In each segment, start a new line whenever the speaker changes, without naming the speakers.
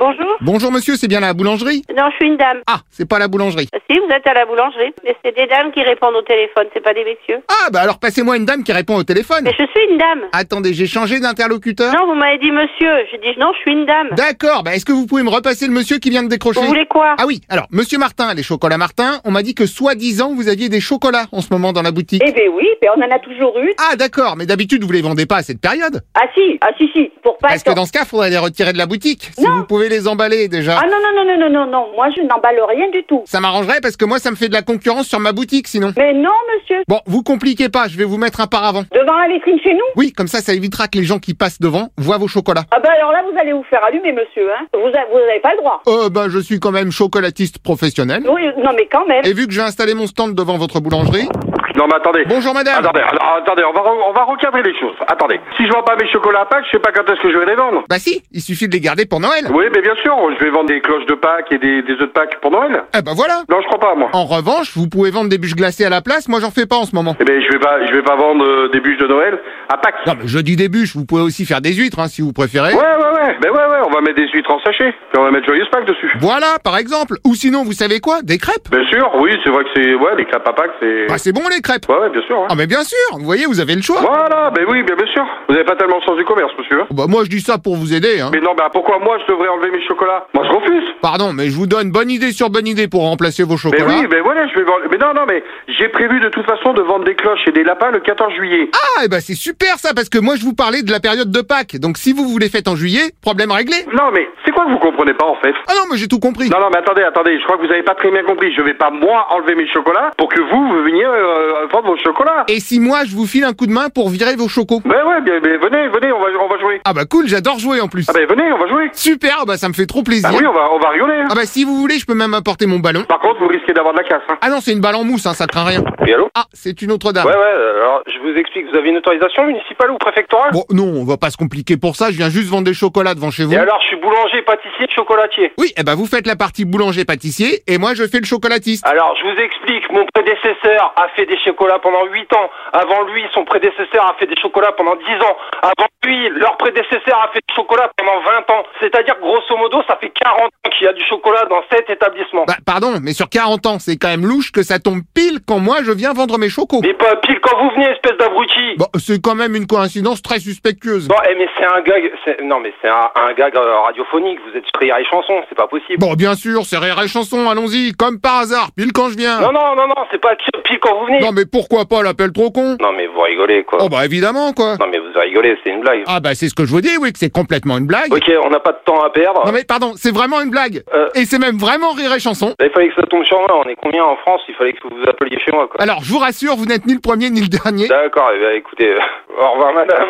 Bonjour.
Bonjour monsieur, c'est bien la boulangerie
Non, je suis une dame.
Ah, c'est pas la boulangerie.
Si, vous êtes à la boulangerie. Mais c'est des dames qui répondent au téléphone, c'est pas des messieurs.
Ah bah alors passez-moi une dame qui répond au téléphone.
Mais je suis une dame.
Attendez, j'ai changé d'interlocuteur.
Non, vous m'avez dit monsieur. J'ai dit non, je suis une dame.
Ah. D'accord, bah est-ce que vous pouvez me repasser le monsieur qui vient de décrocher
Vous voulez quoi
Ah oui, alors monsieur Martin, les chocolats Martin, on m'a dit que soi-disant vous aviez des chocolats en ce moment dans la boutique.
Eh bien oui, ben on en a toujours eu.
Ah d'accord, mais d'habitude vous les vendez pas à cette période.
Ah si, ah si, si, pour pas
Parce que
être-
dans ce cas, faudrait les retirer de la boutique. Si
Non.
vous pouvez les emballer déjà.
Ah non, non, non, non, non, non, non, moi je n'emballe rien du tout.
Ça m'arrangerait parce que moi ça me fait de la concurrence sur ma boutique sinon.
Mais non, monsieur,
Bon, vous compliquez pas, je vais vous mettre un paravent.
devant la vitrine chez nous
Oui, comme ça, ça évitera que les gens qui passent devant voient vos chocolats.
Ah ben alors là, vous allez vous faire allumer, monsieur, hein. Vous n'avez pas le droit.
Euh, ben, je suis quand même chocolatiste professionnel.
Oui, non, mais quand même.
Et vu que j'ai installé mon stand devant votre boulangerie.
Non mais attendez.
Bonjour madame.
Attendez, alors, attendez, on va, re- on va recadrer les choses. Attendez. Si je vends pas mes chocolats à Pâques, je sais pas quand est-ce que je vais les vendre.
Bah si, il suffit de les garder pour Noël.
Oui, mais bien sûr, je vais vendre des cloches de Pâques et des, des œufs de Pâques pour Noël.
Eh ben voilà.
Non, je crois pas, moi.
En revanche, vous pouvez vendre des bûches glacées à la place. Moi, j'en fais pas en ce moment.
Eh ben, je vais pas, je vais pas vendre euh, des bûches de Noël à Pâques.
Non, mais je dis des bûches. Vous pouvez aussi faire des huîtres, hein, si vous préférez.
Ouais, ouais, ouais. Ben ouais, ouais, on va mettre des huîtres en sachet. Puis on va mettre Joyeuse Pâques dessus.
Voilà, par exemple. Ou sinon, vous savez quoi Des crêpes.
Bien sûr, oui, c'est vrai que c'est, ouais, les crêpes à Pâques, c'est...
Bah c'est bon les crêpes.
Ouais, ouais, bien sûr. hein.
Ah bah. mais bien sûr. Vous voyez, vous avez le choix.
Voilà, ben oui, bien, bien sûr. Vous n'avez pas tellement le sens du commerce, monsieur. hein.
Bah moi, je dis ça pour vous aider. Hein.
Mais non, ben pourquoi moi je devrais enlever mes chocolats Moi je refuse.
Pardon, mais je vous donne bonne idée sur bonne idée pour remplacer vos
Mais
chocolats.
oui, mais voilà, je vais vendre. Mais non, non, mais j'ai prévu de toute façon de vendre des cloches et des lapins le 14 juillet.
Ah, et ben c'est super ça, parce que moi je vous parlais de la période de Pâques. Donc si vous voulez fête en juillet, problème réglé.
Non, mais c'est quoi que vous comprenez pas en fait
Ah non, mais j'ai tout compris.
Non, non, mais attendez, attendez, je crois que vous avez pas très bien compris. Je vais pas moi enlever mes chocolats pour que vous, vous veniez euh, vendre vos chocolats.
Et si moi je vous file un coup de main pour virer vos chocos
Ben ouais, bien, ben, venez, venez, on va, on va jouer.
Ah bah cool, j'adore jouer en plus.
bah.
Ah ben venez, on va jouer.
Super, bah ça me fait trop plaisir.
Ah oui, on va, on va rigoler. hein.
Ah bah si vous voulez, je peux même apporter mon ballon.
Par contre, vous risquez d'avoir de la casse. Hein.
Ah non, c'est une balle en mousse, hein, ça craint rien.
Oui, allô
Ah, c'est une autre dame.
Ouais, ouais, alors je vous explique, vous avez une autorisation municipale ou préfectorale
Bon, non, on va pas se compliquer pour ça, je viens juste vendre des chocolats devant chez vous.
Et alors, je suis boulanger, pâtissier, chocolatier.
Oui, eh ben vous faites la partie boulanger-pâtissier, et moi je fais le chocolatiste.
Alors, je vous explique, mon prédécesseur a fait des chocolats pendant 8 ans. Avant lui, son prédécesseur a fait des chocolats pendant 10 ans. Avant lui, leur prédécesseur a fait des chocolats pendant 20 ans. C'est-à-dire, grosso modo, ça fait 40 ans qu'il y a du chocolat dans cet établissement.
Bah pardon, mais sur 40 ans, c'est quand même louche que ça tombe pile quand moi je viens vendre mes chocos.
Mais pas pile quand vous venez, espèce d'abruti
Bon, c'est quand même une coïncidence très suspectueuse.
Bon, eh, mais c'est un gag, c'est- non mais c'est un, un gag euh, radiophonique, vous êtes sur Rire et chanson, c'est pas possible.
Bon, bien sûr, c'est rire et chanson, allons-y, comme par hasard, pile quand je viens.
Non, non, non, non, c'est pas pile pile quand vous venez.
Non, mais pourquoi pas l'appel trop con
Non mais vous rigolez quoi.
Oh bah évidemment, quoi.
Non mais vous rigolez, c'est une blague.
Ah bah c'est ce que je vous dis, oui, que c'est complètement une blague.
Ok, on n'a pas de temps à perdre.
Non mais pardon, c'est vraiment une blague.
Euh.
Et c'est même vraiment rire et chanson.
Bah, Il fallait que ça tombe sur moi, on est combien en France Il fallait que vous vous appeliez chez moi quoi.
Alors, je vous rassure, vous n'êtes ni le premier ni le dernier.
D'accord, eh bien, écoutez, euh, au revoir madame.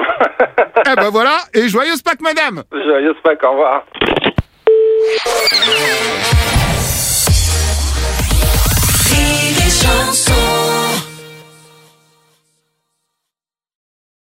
eh bah voilà, et joyeuse Pâques, madame
Joyeuse Pâques, au revoir.